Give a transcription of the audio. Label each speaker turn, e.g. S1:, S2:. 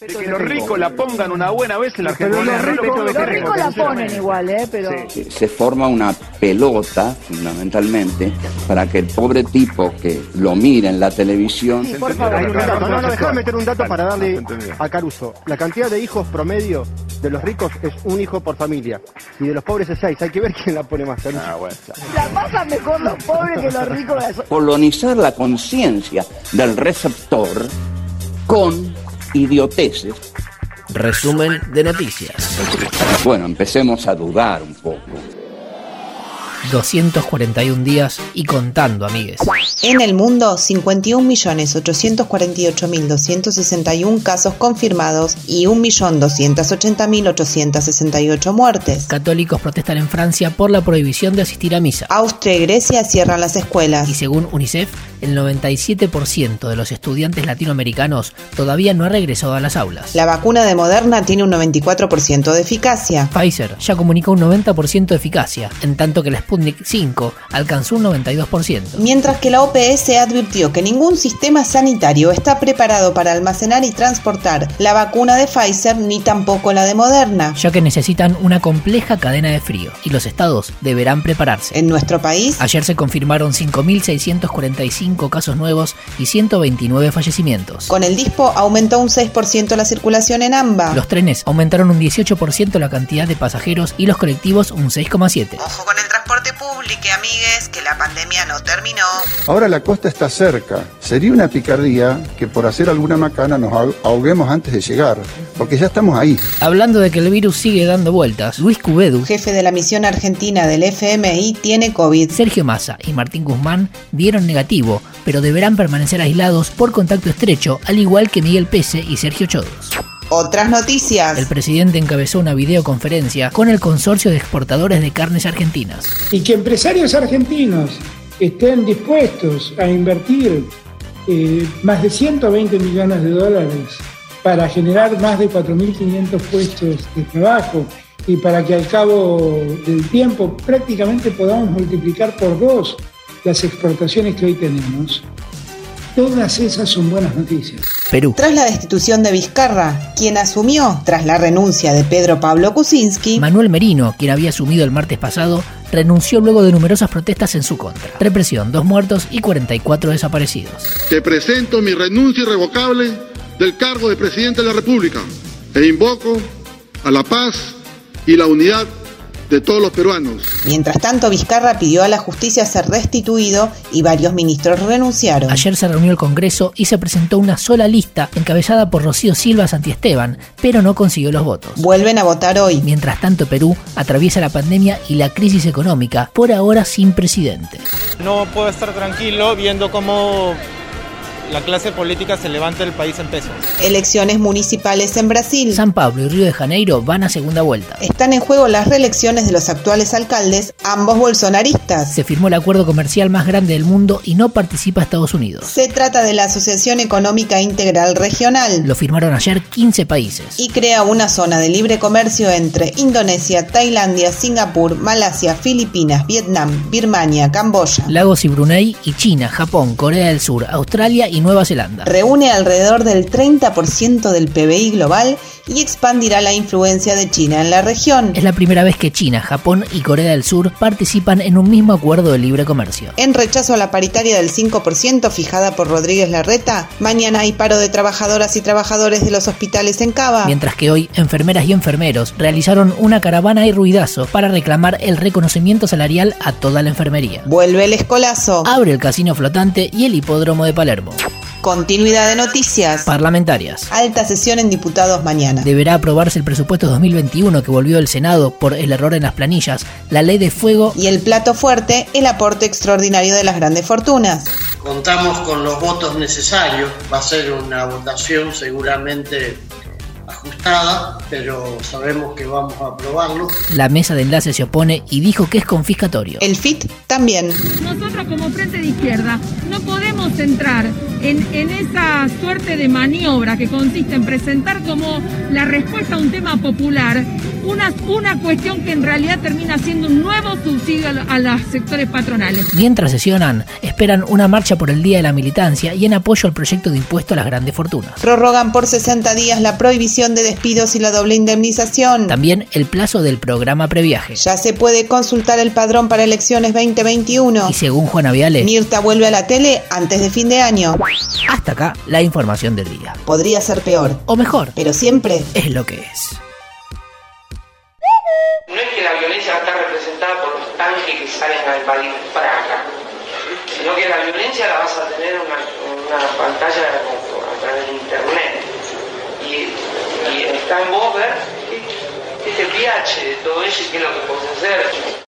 S1: De que los ricos la pongan una buena vez en la Argentina.
S2: los ricos-
S1: respeto de que
S3: Los
S2: los ricos
S3: ricos la
S1: sinceramente.
S3: ponen igual, ¿eh? Pero
S1: Sí.
S4: se forma una pelota fundamentalmente para que el pobre tipo que lo mira en la televisión
S3: Sí, por
S1: entendió,
S3: favor.
S2: Hay un dato, no, no, dejame
S1: Claro.
S2: meter un dato
S1: Claro,
S2: para darle
S1: entendido.
S2: a Caruso. La cantidad de hijos promedio de los ricos es un hijo por familia. Y de los pobres es seis. Hay que ver quién la pone más, Caruso.
S1: Ah, bueno, está.
S3: la pasan mejor los pobres que los ricos. la so-
S4: colonizar la conciencia del receptor con idioteces.
S5: Resumen de noticias.
S4: Bueno, empecemos a dudar un poco.
S5: 241 días y contando, amigues.
S6: En el mundo, 51.848.261 casos confirmados y 1.280.868 muertes.
S5: Católicos protestan en Francia por la prohibición de asistir a misa.
S6: Austria y Grecia cierran las
S5: Y
S6: escuelas.
S5: según UNICEF, el 97% de los estudiantes latinoamericanos todavía no ha regresado a las aulas.
S6: La vacuna de Moderna tiene un 94% de eficacia.
S5: Pfizer ya comunicó un 90% de eficacia, en tanto que la Sputnik 5 alcanzó un 92%.
S6: Mientras que la OPS advirtió que ningún sistema sanitario está preparado para almacenar y transportar la vacuna de Pfizer ni tampoco la de Moderna.
S5: ya que necesitan una compleja cadena de frío y los estados deberán prepararse.
S6: En nuestro país,
S5: Ayer se confirmaron 5.645 casos nuevos y 129 fallecimientos.
S6: con el dispo aumentó un 6% la circulación en AMBA.
S5: Los trenes aumentaron un 18% la cantidad de pasajeros y los colectivos un 6,7%.
S6: Ojo con el transporte público, amigues, que la pandemia no terminó.
S7: Ahora la costa está cerca. Sería una picardía que por hacer alguna macana nos ahog- ahoguemos antes de llegar, porque ya estamos ahí.
S5: Hablando de que el virus sigue dando vueltas, Luis Cubedu,
S6: Jefe de la misión argentina del FMI tiene COVID.
S5: Sergio Massa y Martín Guzmán dieron negativo, pero deberán permanecer aislados por contacto estrecho, al igual que Miguel Pese y Sergio Chodos.
S6: Otras
S5: El
S6: noticias.
S5: presidente encabezó una videoconferencia con el consorcio de exportadores de carnes argentinas.
S8: y que empresarios argentinos estén dispuestos a invertir eh, más de 120 millones de dólares para generar más de 4.500 puestos de trabajo y para que al cabo del tiempo prácticamente podamos multiplicar por dos las exportaciones que hoy tenemos, todas esas son buenas noticias.
S5: Perú.
S6: Tras la destitución de Vizcarra, quien asumió tras la renuncia de Pedro Pablo Kuczynski,
S5: Manuel Merino, quien había asumido el martes pasado, renunció luego de numerosas protestas en su contra. Represión, dos muertos y 44 desaparecidos.
S9: Te presento mi renuncia irrevocable del cargo de presidente de la República e invoco a la paz y la unidad de todos los peruanos.
S6: mientras tanto Vizcarra pidió a la justicia ser restituido y varios ministros renunciaron.
S5: Ayer se reunió el Congreso y se presentó una sola lista encabezada por Rocío Silva Santiesteban, pero no consiguió los votos.
S6: Vuelven a votar hoy.
S5: Mientras tanto, Perú atraviesa la pandemia y la crisis económica, por ahora sin presidente.
S10: No puedo estar tranquilo viendo cómo la clase política se levanta el país en pesos.
S6: Elecciones municipales en Brasil.
S5: San Pablo y Río de Janeiro van a segunda vuelta.
S6: Están en juego las reelecciones de los actuales alcaldes, ambos bolsonaristas.
S5: Se firmó el acuerdo comercial más grande del mundo y no participa Estados Unidos.
S6: Se trata de la Asociación Económica Integral Regional
S5: Lo firmaron ayer 15 países.
S6: y crea una zona de libre comercio entre Indonesia, Tailandia, Singapur, Malasia, Filipinas, Vietnam, Birmania, Camboya.
S5: Lagos y Brunei y China, Japón, Corea del Sur, Australia y Nueva Zelanda.
S6: Reúne alrededor del 30% del PBI global y expandirá la influencia de China en la región.
S5: Es la primera vez que China, Japón y Corea del Sur participan en un mismo acuerdo de libre comercio.
S6: En rechazo a la paritaria del 5% fijada por Rodríguez Larreta, mañana hay paro de trabajadoras y trabajadores de los hospitales en Cava.
S5: Mientras que hoy, enfermeras y enfermeros realizaron una caravana y ruidazo para reclamar el reconocimiento salarial a toda la enfermería.
S6: Vuelve el escolazo.
S4: Ah.
S5: Abre el casino flotante y el hipódromo de Palermo.
S6: Continuidad de noticias.
S5: Parlamentarias.
S6: Alta sesión en diputados mañana.
S5: Deberá aprobarse el presupuesto 2021 que volvió del Senado por el error en las planillas, la ley de fuego
S6: Y el plato fuerte, el aporte extraordinario de las grandes fortunas.
S11: contamos con los votos necesarios. Va a ser una votación seguramente ajustada, pero sabemos que vamos a aprobarlo.
S5: La mesa de enlace se opone y dijo que es confiscatorio.
S6: El FIT también.
S12: Nosotros como frente de izquierda no podemos entrar en, en esa suerte de maniobra que consiste en presentar como la respuesta a un tema popular una, una cuestión que en realidad termina siendo un nuevo subsidio a, lo- a los sectores patronales.
S4: Mientras sesionan, esperan una marcha por el Día de la Militancia y en apoyo al proyecto de impuesto a las grandes fortunas.
S6: Prorrogan por 60 días la prohibición de despidos y la doble indemnización.
S4: También el plazo del programa previaje.
S6: Ya se puede consultar el padrón para elecciones 2021.
S4: Y según Juana Viale,
S6: Mirta vuelve a la tele antes de fin de año.
S4: hasta acá la información del día.
S6: Podría ser peor.
S4: O mejor,
S6: pero siempre
S4: es lo que es.
S8: No es que la violencia va a estar representada por los tanques que salen al país para acá, sino que la violencia la vas a tener en una, en una pantalla a través de internet. Y, y está en vos ver qué- qué te piache de todo eso y qué es lo que podés hacer.